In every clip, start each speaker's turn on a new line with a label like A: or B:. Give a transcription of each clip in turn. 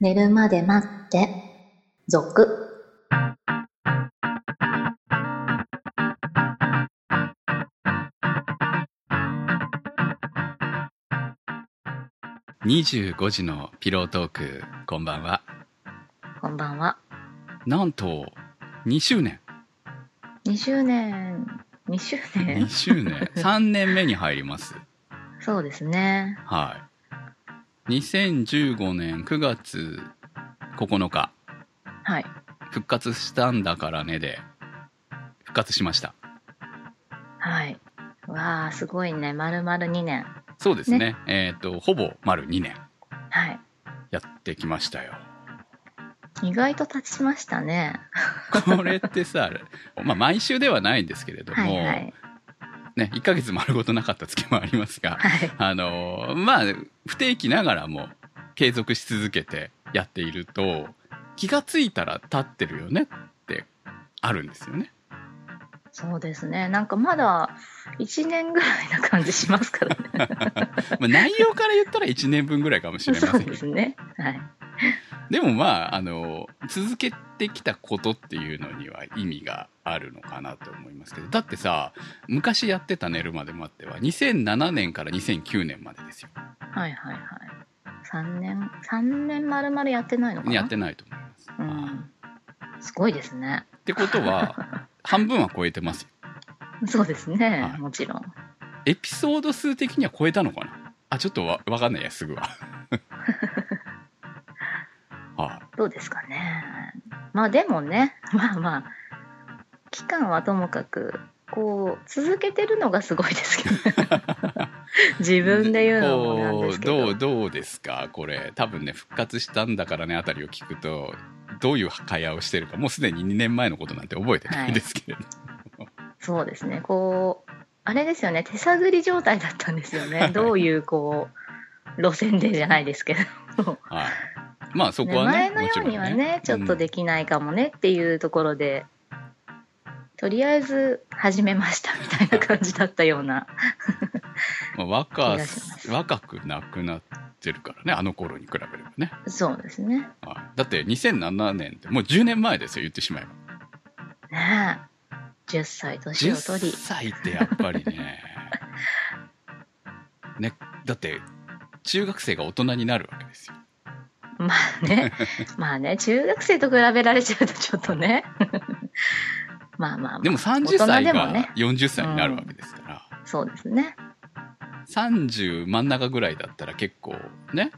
A: 寝るまで待って、続。
B: 25時のピロートーク、こんばんは。
A: こんばんは。
B: なんと、2周年。
A: 2周年、2周
B: 2
A: 年
B: 周 年。3年目に入ります。
A: そうですね。
B: はい。2015年9月9日、
A: はい。
B: 復活したんだからねで、復活しました。
A: はい。わあ、すごいね。丸々2年。
B: そうですね。えっ、と、ほぼ丸2年
A: はい。
B: やってきましたよ。
A: 意外と立ちましたね。
B: これってさ、まあ、毎週ではないんですけれども、
A: はいはい。
B: ね、1ヶ月丸ごとなかった月もありますが、
A: はい。
B: あのーまあ不定期ながらも継続し続けてやっていると気がついたら立ってるよねってあるんですよね。
A: そうですね。なんかまだ1年ぐらいな感じしますからね。
B: まあ、内容から言ったら1年分ぐらいかもしれま
A: そ
B: せ
A: うん
B: け
A: で
B: ど
A: すね。はい。
B: でもまあ、あのー続けてきたことっていうのには意味があるのかなと思いますけどだってさ昔やってた「寝るまで待って」は2007年から2009年までですよ。
A: はいはいはい。3年、3年丸々やってないのかな
B: やってないと思います。
A: う
B: はい
A: ん。すごいですね。
B: ってことは半分は超えてますよ
A: そうですね。
B: はい
A: もちろん。
B: エピソード数的には超えたのかなあちょっとわわかんないやすぐは は
A: どうですかね。まあでもね、 まあまあ、期間はともかく、こう、続けてるのがすごいですけど。 自
B: い
A: 分で言うのもなんですけど。
B: こうどうどうですかこれ多分ね復活したんだからねあたりを聞くとどういう会話をしてるかもうすでに2年前のことなんて覚えてな
A: はいい
B: ですけれど、
A: そうですね、こう、あれですよね、手探り状態だったんですよ ね、どういうこう、路線でじゃないですけど、
B: はいまあそこは
A: 前
B: ね
A: のようにはねちょっと
B: で、
A: できないかもねっていうところで、とりあえず始めましたみたいな感じだったよう な、
B: うんまあ、若
A: 気がします
B: 若くなくなってるからねあの頃に比べればね、
A: そうですね。
B: はいだって2007年ってもう10年前ですよ言ってしまえば
A: ねえ10歳年を取
B: 10
A: り、
B: 歳ってやっぱり ねねだって中学生が大人になるわけですよ
A: まあね、 まあね、中学生と比べられちゃうとちょっとね、 まあまあ
B: で
A: ま
B: も30
A: 大
B: 歳
A: 人でも
B: が
A: ね
B: 40歳になるわけですから、
A: あ、そうですね、
B: 30真ん中ぐらいだったら結構ね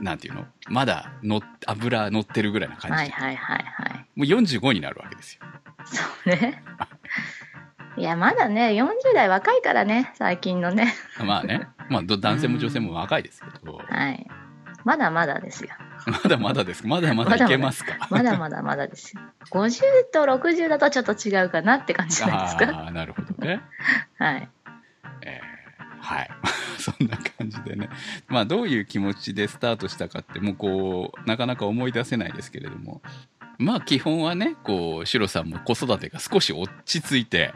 B: なんていうのまだの油乗ってるぐらいな感
A: はい
B: じで、
A: はいはいはい。
B: もう45になるわけですよ
A: そうね。いや、まだね、40代若いからね、最近のね。
B: まあね、まあ、ど男性も女性も若いですけど、
A: はい。まだまだですよ。
B: まだまだですまだまだいけますか
A: まだまだまだですよ。50と60だとちょっと違うかなって感じじゃないですか。
B: ああなるほどね
A: はい。
B: えーはい そんな感じでね、まあ、どういう気持ちでスタートしたかってもうこうなかなか思い出せないですけれどもまあ基本はねこうシロさんも子育てが少し落ち着いて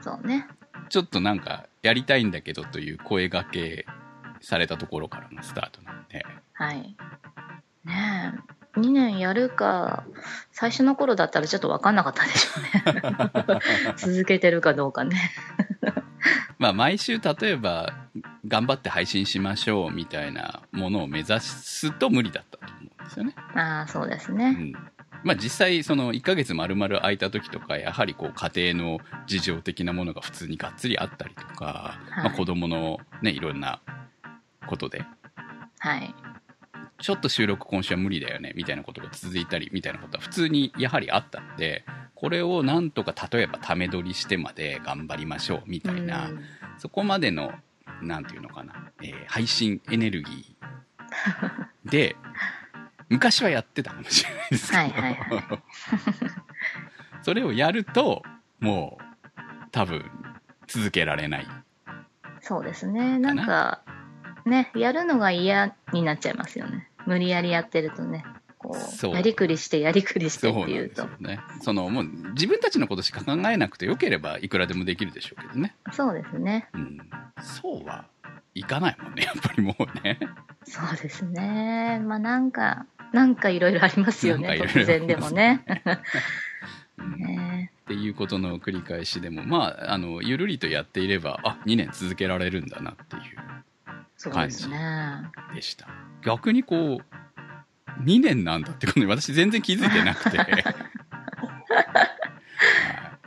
A: そうね。
B: ちょっとなんかやりたいんだけどという声がけされたところからのスタートなんで
A: はい。ねえ。2年やるか、最初の頃だったらちょっと分かんなかったでしょう ね。続けてるかどうかね。
B: まあ毎週例えば頑張って配信しましょうみたいなものを目指すと無理だったと思うんですよね。
A: ああ、そうです
B: う
A: ね。
B: んまあ、実際その1ヶ月丸々空いた時とかやはりこう家庭の事情的なものが普通にがっつりあったりとか、
A: はい
B: まあ、子供のねいろんなことで
A: はい。
B: ちょっと収録今週は無理だよねみたいなことが続いたりみたいなことは普通にやはりあったんでこれをなんとか例えばため撮りしてまで頑張りましょうみたいな、
A: うん
B: そこまでのなんていうのかな、えー配信エネルギ ーで昔はやってたかもしれないですけど、
A: はいはいは
B: それをやるともう多分続けられない
A: そうですね。なんか、ね、やるのが嫌になっちゃいますよね。無理やりやってるとね。こう、
B: そう
A: やりくりして、やりくりして
B: そう
A: っ
B: なん
A: ていう
B: で
A: と
B: すよ。ねそのもう自分たちのことしか考えなくてよければいくらでもできるでしょうけどね、
A: そうですね。
B: うん、そうはいかないもんねやっぱりもうね
A: そうですね。まあなんか、なんかいろいろありますよ
B: なん
A: ね。
B: かいろいろ
A: 突然でもね。
B: うん
A: ね
B: っていうことの繰り返しでもまああのゆるりとやっていればあ2年続けられるんだなっていう
A: そうですね。
B: でした逆にこう2年なんだってことに私全然気づいて なくてはい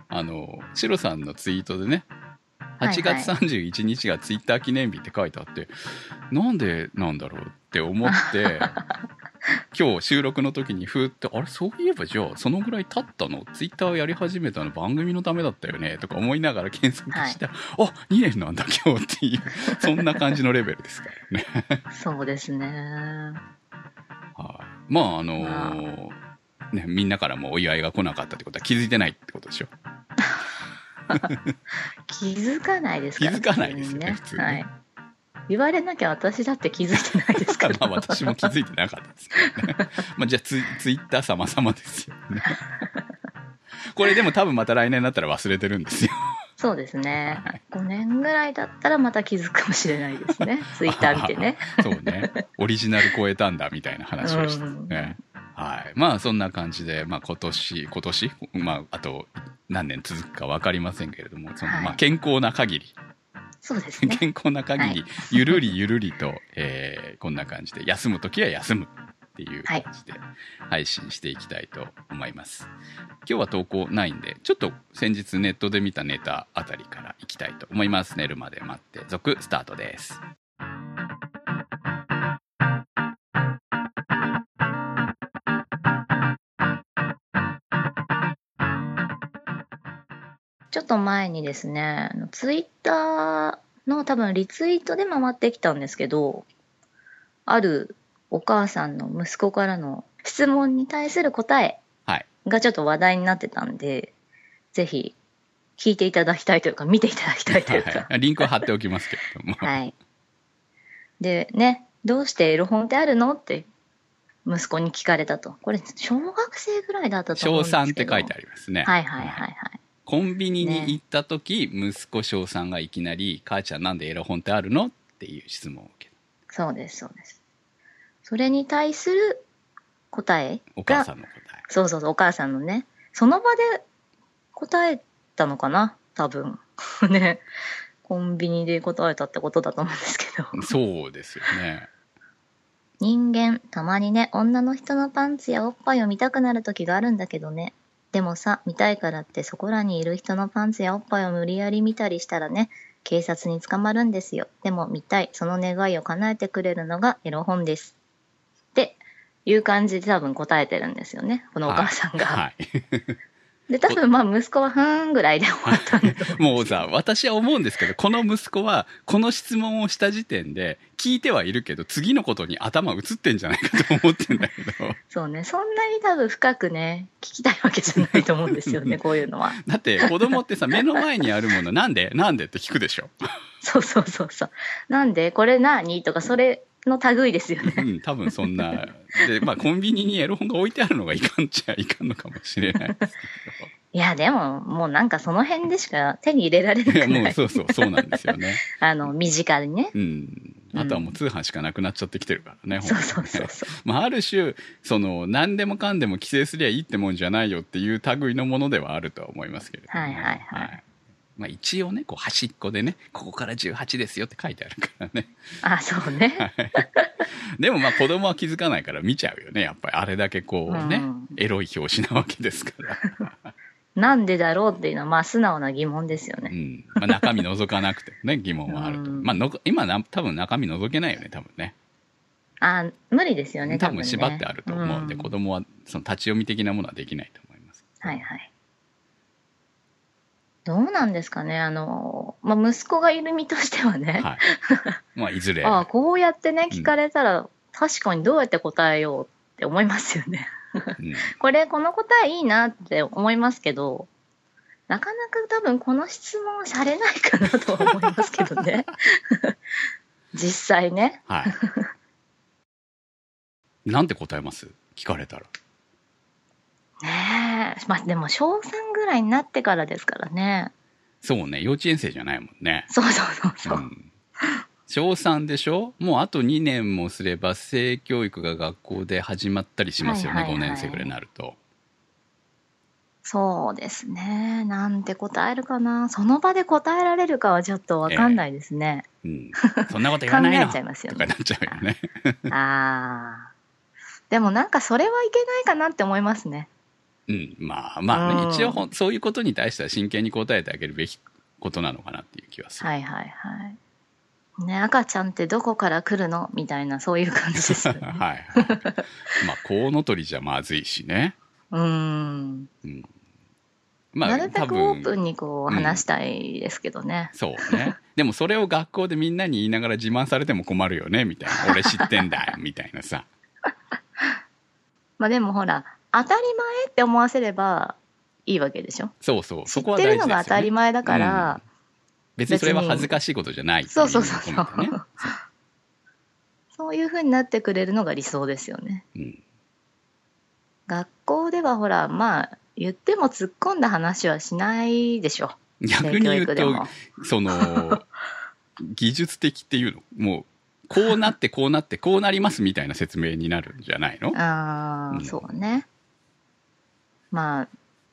B: あのシロさんのツイートでね
A: いはい
B: 8月31日がツイッター記念日って書いてあって、なんでなんだろうって思って 今日収録の時にふーってあれそういえばじゃあそのぐらい経ったのツイッターやり始めたの番組のためだったよねとか思いながら検索したら、あ2年なんだ今日っていうそんな感じのレベルですからね。
A: そうですね。
B: はいまああのーね、みんなからもお祝いが来なかったってことは気づいてないってことでしょ。
A: 気づかないですから
B: 気づかないですよね普通ね
A: はい。言われなきゃ私だって気づいてないですから。
B: まあ私も気づいてなかったですけどね。 まあじゃあツイツイッター様々ですよね。 これでも多分また来年になったら忘れてるんですよ。
A: そうですね
B: はい。
A: 5年ぐらいだったらまた気づくかもしれないですね。ツイッター見てね。
B: そうね。オリジナル超えたんだみたいな話をしてね。はい。まあそんな感じで、まあ今年、今年、まああと何年続くか分かりませんけれども、その
A: はい
B: まあ健康な限り、
A: そうですね。
B: 健康な限り
A: は、
B: ゆるりゆるりと、えーこんな感じで、休むときは休むっていう感じで配信していきたいと思います。今日は投稿ないんで、ちょっと先日ネットで見たネタあたりからいきたいと思います。寝るまで待って、続スタートです。
A: ちょっと前にですね、あのツイッターの多分リツイートで回ってきたんですけど、あるお母さんの息子からの質問に対する答え
B: はい
A: がちょっと話題になってたんで、ぜひ聞いていただきたいというか、見ていただきたいというか。
B: はいリンクを貼っておきますけれども。
A: はい。で、ね、どうしてエロ本ってあるのって息子に聞かれたと。これ、小学生ぐらいだったと
B: 小
A: 思うんですけど。
B: 3って書いてありますね。
A: はいはいはいはい。
B: コンビニに行った時、息子小3がいきなり、母ちゃんなんでエロ本ってあるのっていう質問を受けた。
A: そうです、そうです。それに対する答え
B: お母
A: が、
B: さんの答え。
A: そうそうそう、お母さんのね、その場で答えたのかな、多分。 ね、コンビニで答えたってことだと思うんですけど。
B: そうですよね。
A: 人間、たまにね、女の人のパンツやおっぱいを見たくなる時があるんだけどね。でもさ、見たいからってそこらにいる人のパンツやおっぱいを無理やり見たりしたらね、警察に捕まるんですよ。でも見たい、その願いを叶えてくれるのがエロ本です。っていう感じで多分答えてるんですよね、このお母さんが。
B: はい。
A: で、多分まあ息子はふーんぐらいで終わったんだと思
B: もうさ、私は思うんですけど、この息子は、この質問をした時点で、聞いてはいるけど、次のことに頭移ってんじゃないかと思ってんだけど、
A: そうね、そんなに多分深くね、聞きたいわけじゃないと思うんですよ ね、こういうのは。
B: だって子供ってさ、目の前にあるもの、なんでなんでって聞くでしょ。
A: そうそうそうそう。なんでこれ何とかそれの類ですよ
B: う
A: ね。
B: ん、多分そんな。で、まあ、コンビニにエロ本が置いてあるのがいかんちゃいかんのかもしれないです
A: いやでももうなんかその辺でしか手に入れられな
B: けど。いや、
A: く
B: も
A: な
B: う
A: い。
B: そうそう、そうなんですよね。
A: あの身近にね。
B: うん。あとはもう通販しかなくなっちゃってきてるからね、
A: そう
B: 本当
A: そ
B: に
A: う
B: ね
A: そうそう。
B: まあ、ある種その何でもかんでも規制すりゃいいってもんじゃないよっていう類のものではあるとは思いますけれども、
A: はいはいはい
B: まあ、一応ねこう端っこでねここから18ですよって書いてあるからね
A: あそうね。
B: でもまあ子供は気づかないから見ちゃうよねやっぱりあれだけこうね、
A: うん
B: エロい表紙なわけで すから、
A: なんでだろうっていうのはまあ素直な疑問ですよ
B: う
A: ね。
B: んまあ、中身覗かなくてもね疑問はあると、
A: うん
B: まあ、のこ今な多分中身覗けないよね多分ね
A: あ無理ですよね。
B: 多分縛ってあると思うんで、
A: ね
B: 子供はその立ち読み的なものはできないと思います
A: はいはい。どうなんですかね。あのまあ息子がいる身としてはね。
B: はい。まあ、いずれ。
A: ああこうやってね
B: うん
A: 聞かれたら、確かにどうやって答えようって思いますよね。
B: うん
A: これこの答えいいなって思いますけどなかなか多分この質問されないかなとは思いますけど ね実際ね
B: はい。 なんて答えます聞かれたら。
A: ねえまあでも小3ぐらいになってからですからね
B: そうね、幼稚園生じゃないもんね。
A: そうそうそうそう、
B: ん。小3でしょもうあと2年もすれば性教育が学校で始まったりしますよね、
A: はいはいはい
B: 5年生ぐらいになると。
A: そうですね。なんて答えるかな。その場で答えられるかはちょっとわかんないですね。
B: うん、そんなこと言わ
A: 考
B: ない
A: え
B: の
A: ちゃいますよ
B: とか
A: ね。
B: なっちゃうよね。
A: ああ。でもなんかそれはいけないかなって思いますね。
B: うん、まあまあ
A: うん
B: ね、一応ほんそういうことに対しては真剣に答えてあげるべきことなのかなっていう気はする。
A: はいはいはい。ね、赤ちゃんってどこから来るのみたいなそういう感じ ですよね。
B: はい、まあ、コウノトリじゃまずいしね。
A: うーん。
B: ま
A: な
B: あ、
A: るべ
B: 多
A: くオープ
B: 分
A: ンにこう
B: うん
A: 話したいですけどね。
B: そうね。でもそれを学校でみんなに言いながら自慢されても困るよね、みたいな。俺知ってんだよ、みたいなさ。
A: まあでもほら、当たり前って思わせればいいわけでしょ。
B: そうそう。
A: 知
B: そ
A: っ
B: こは
A: て
B: 大
A: る
B: 事
A: の
B: で
A: が当
B: すよ
A: た
B: ね
A: り。前だから、
B: 別にそれは恥ずかしいことじゃないってい
A: そうそうそうそう
B: のも込めてね
A: そういうふうになってくれるのが理想ですよね。
B: うん
A: 学校ではほら、まあ、言っても突っ込んだ話はしないでしょ。
B: 逆に言う
A: 性教育で
B: と
A: も、
B: その、技術的っていうの、もう、こうなって、こうなって、こうなりますみたいな説明になるんじゃないの
A: ああ、
B: うん
A: そうね。まあ、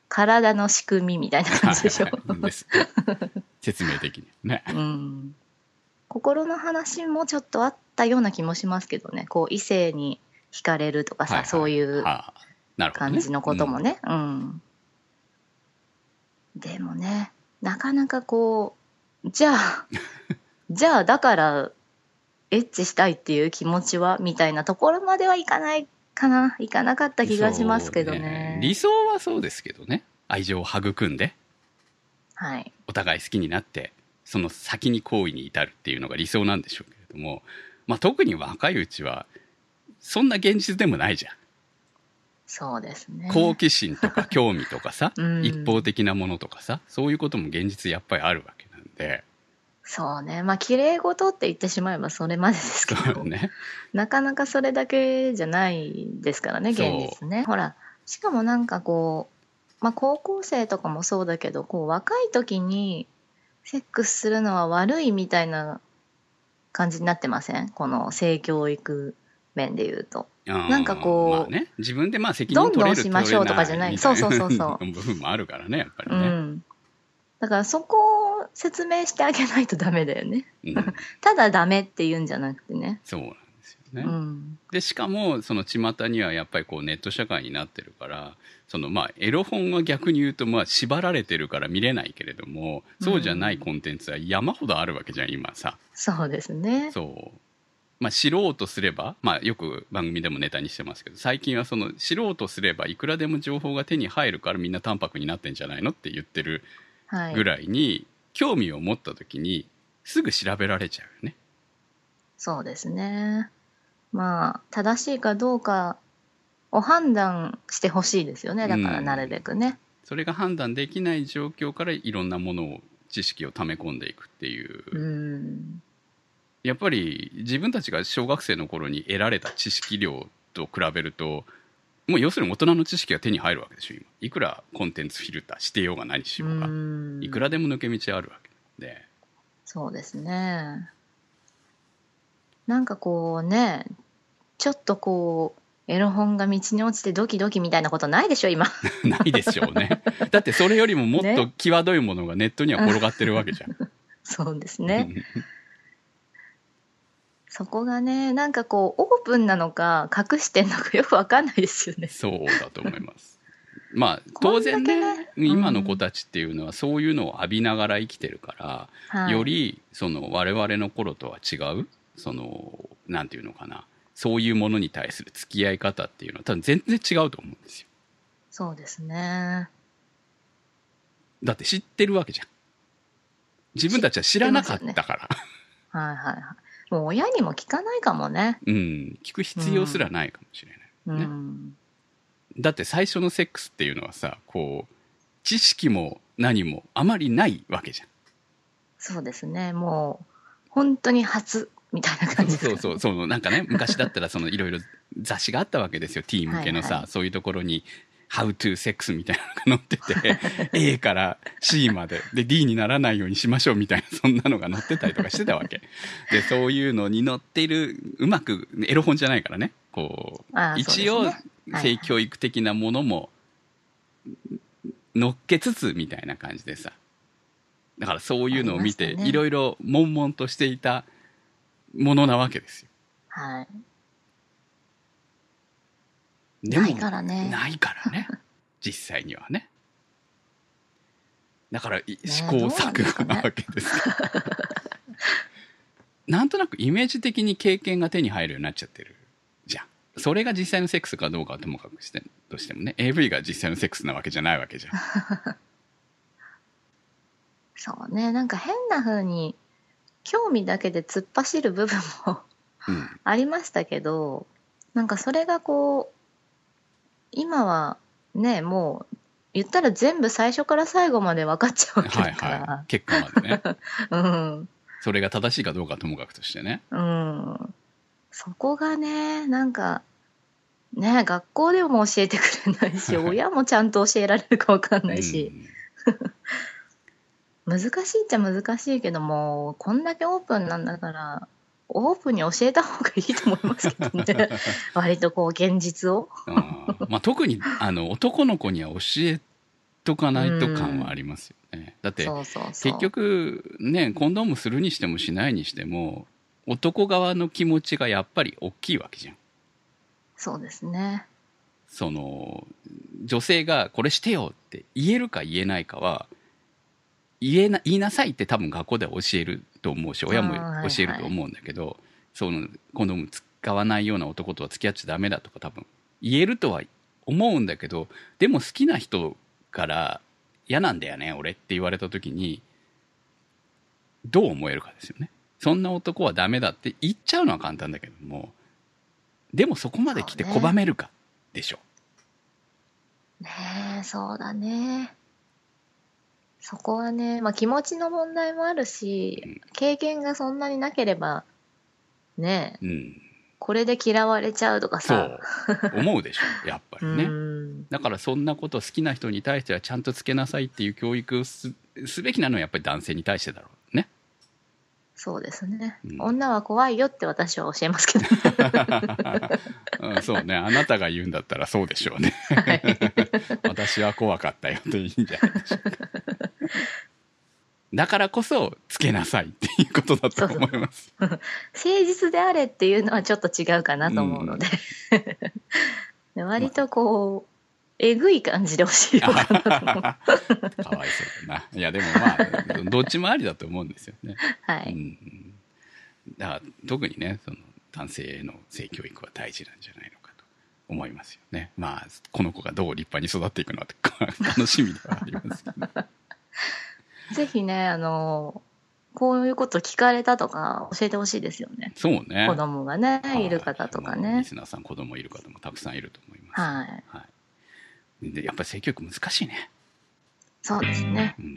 A: 体の仕組みみたいな感じでしょ。
B: はいはいはいです説明的にはね。
A: うん。心の話もちょっとあったような気もしますけどね。こう、異性に惹かれるとかさ、
B: はいはい
A: そういう
B: はあなるほどね
A: 感じのこともね。うん。でもね、なかなかこう、じゃ あ、じゃあだから、エッチしたいっていう気持ちは、みたいなところまではいかないかな、いかなかった気がしますけど
B: そう
A: ね。
B: 理想はそうですけどね愛情を育んで
A: はい。
B: お互い好きになってその先に行為に至るっていうのが理想なんでしょうけれども、まあ、特に若いうちはそんな現実でもないじゃん、
A: そうですね。
B: 好奇心とか興味とかさ、
A: うん
B: 一方的なものとかさそういうことも現実やっぱりあるわけなんで
A: そうね。まあ、綺麗事って言ってしまえばそれまでですけ
B: そ
A: ど
B: う。 ね
A: なかなかそれだけじゃないですからね現
B: そう
A: 実ねほらしかもなんかこう、まあ、高校生とかもそうだけどこう若い時にセックスするのは悪いみたいな感じになってませんこの性教育面で言うと
B: なん
A: かこう
B: まあね、自分でまあ責任取
A: どん
B: れる
A: どんしましょうとかじゃない
B: 取れ
A: そうそうそうそう
B: みたいな 部分もあるからねやっぱり
A: う
B: ね、
A: んだからそこを説明してあげないとダメだよね
B: うん
A: ただダメって言うんじゃなくてね
B: そうなんですよね、
A: うん
B: でしかもその巷にはやっぱりこうネット社会になってるからそのまあエロ本は逆に言うとまあ縛られてるから見れないけれどもそうじゃないコンテンツは山ほどあるわけじゃん今さ
A: そうですね
B: そうまあ知ろうとすればまあよく番組でもネタにしてますけど最近はその知ろうとすればいくらでも情報が手に入るからみんな淡白になってんじゃないのって言ってる
A: はい
B: ぐらいに興味を持った時にすぐ調べられちゃうよね
A: そうですね。まあ、正しいかどうかを判断してほしいですよね。だから、
B: うん
A: なるべくね。
B: それが判断できない状況からいろんなものを知識を溜め込んでいくっていう、
A: うん。
B: やっぱり自分たちが小学生の頃に得られた知識量と比べるともう要するに大人の知識が手に入るわけでしょ今いくらコンテンツフィルターしてようが何しようが、
A: うん
B: いくらでも抜け道あるわけで
A: そうですね。なんかこうね、ちょっとこう、エロ本が道に落ちてドキドキみたいなことないでしょ、今。
B: ないでしょうねだってそれよりももっと
A: ね
B: 際どいものがネットには転がってるわけじゃん、
A: そうですね。そこがね、なんかこう、オープンなのか、隠してんのかよくわかんないですよね。
B: そうだと思います。まあ当然ね
A: こんだけね
B: 今の子たちっていうのはそういうのを浴びながら生きてるから、
A: はい、
B: よりその我々の頃とは違うそのなんていうのかなそういうものに対する付き合い方っていうのは多分全然違うと思うんですよ。
A: そうですね。
B: だって知ってるわけじゃん。自分たちは知らなかったから、
A: はいはいはい。もう親にも聞かないかもね。
B: うん聞く必要すらないかもしれない。
A: うん。
B: だって最初のセックスっていうのはさこう知識も何もあまりないわけじゃん。
A: そうですね。もう、本当に初みたいな感じです
B: そうそうそう、そのなんかね、昔だったらそのいろいろ雑誌があったわけですよ、ティーン向けのさ、
A: はいは
B: そういうところに、 How to Sex みたいなのが載ってて、A から C まで、で D にならないようにしましょうみたいな、そんなのが載ってたりとかしてたわけ。で、そういうのに載っている、うまく、エロ本じゃないからね、こう、
A: あー
B: 一
A: そう
B: 応
A: ですねはい
B: 性教育的なものも乗っけつつみたいな感じでさだからそういうのを見
A: あり
B: て
A: ましたね
B: いろいろ悶々としていたものなわけですよ
A: はい。
B: でも
A: ないからね。
B: ないからね 実際にはねだからい試
A: どう
B: 行
A: なんですか
B: 錯誤
A: ね
B: なわけですからなんとなくイメージ的に経験が手に入るようになっちゃってるじゃんそれが実際のセックスかどうかはともかくしてとしてもね AV が実際のセックスなわけじゃないわけじゃん
A: そうね。なんか変な風に、興味だけで突っ走る部分も
B: うん
A: ありましたけど、なんかそれがこう、今はね、もう、言ったら全部最初から最後まで分かっちゃうわけ
B: はい
A: だから。
B: はい。結果までね。
A: うん。
B: それが正しいかどうかはともかくとしてね。
A: うん。そこがね、なんか、ね、学校でも教えてくれないし、親もちゃんと教えられるか分かんないし、難しいっちゃ難しいけども、こんだけオープンなんだから、オープンに教えた方がいいと思います けどね。割とこう、現実を。
B: うん。うんまあ特に、あの、男の子には教えとかないと感はありますよね。だって、
A: そうそうそう。
B: 結局、ね、コンドームするにしてもしないにしても、男側の気持ちがやっぱり大きいわけじゃん。
A: そうですね。
B: その、女性がこれしてよって言えるか言えないかは、言えな、言いなさいって多分学校では教えると思うし、親も
A: あーはい
B: 教えると思うんだけど、その、コンドーム使わないような男とは付き合っちゃダメだとか多分言えるとは思うんだけど、でも好きな人から嫌なんだよね、俺って言われた時に、どう思えるかですよね。そんな男はダメだって言っちゃうのは簡単だけども、でもそこまで来て
A: そうね
B: 拒めるかでしょ。
A: ねえ、そうだね。そこはね、まあ気持ちの問題もあるし、経験がそんなになければ、ねえ、
B: うん、
A: これで嫌われちゃうとか
B: そ
A: さ
B: う。思うでしょやっぱりね、
A: うん
B: だからそんなこと好きな人に対してはちゃんとつけなさいっていう教育をすすべきなのはやっぱり男性に対してだろうね
A: そうですね、
B: うん
A: 女は怖いよって私は教えますけど ね。
B: うんそうねあなたが言うんだったらそうでしょうね私は怖かったよといいんじゃないでしょうかだからこそつけなさいっていうことだと思います
A: 誠実であれっていうのはちょっと違うかなと思うので。 で割とこう、えぐい感じで教えようかなと思う。
B: かわいそうだないやでもまあどっちもありだと思うんですよね
A: は
B: う
A: い。
B: んだから特にねその男性への性教育は大事なんじゃないのかと思いますよねまあこの子がどう立派に育っていくのか楽しみではありますけど
A: ぜひね、あの、こういうこと聞かれたとか教えてほしいですよね。
B: そうね
A: 子供がね、
B: はい
A: いる方とか
B: もうリ
A: ね。
B: スナーさん子供いる方もたくさんいると思います、
A: はい。
B: はい、でやっぱり性教育難しいね、
A: そうですね。
B: うん、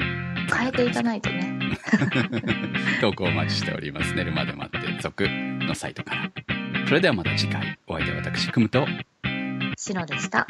A: 変えていかないとね。
B: 投稿お待ちしております寝るまで待って続のサイトからそれではまた次回お相手は私くむと
A: 白でした。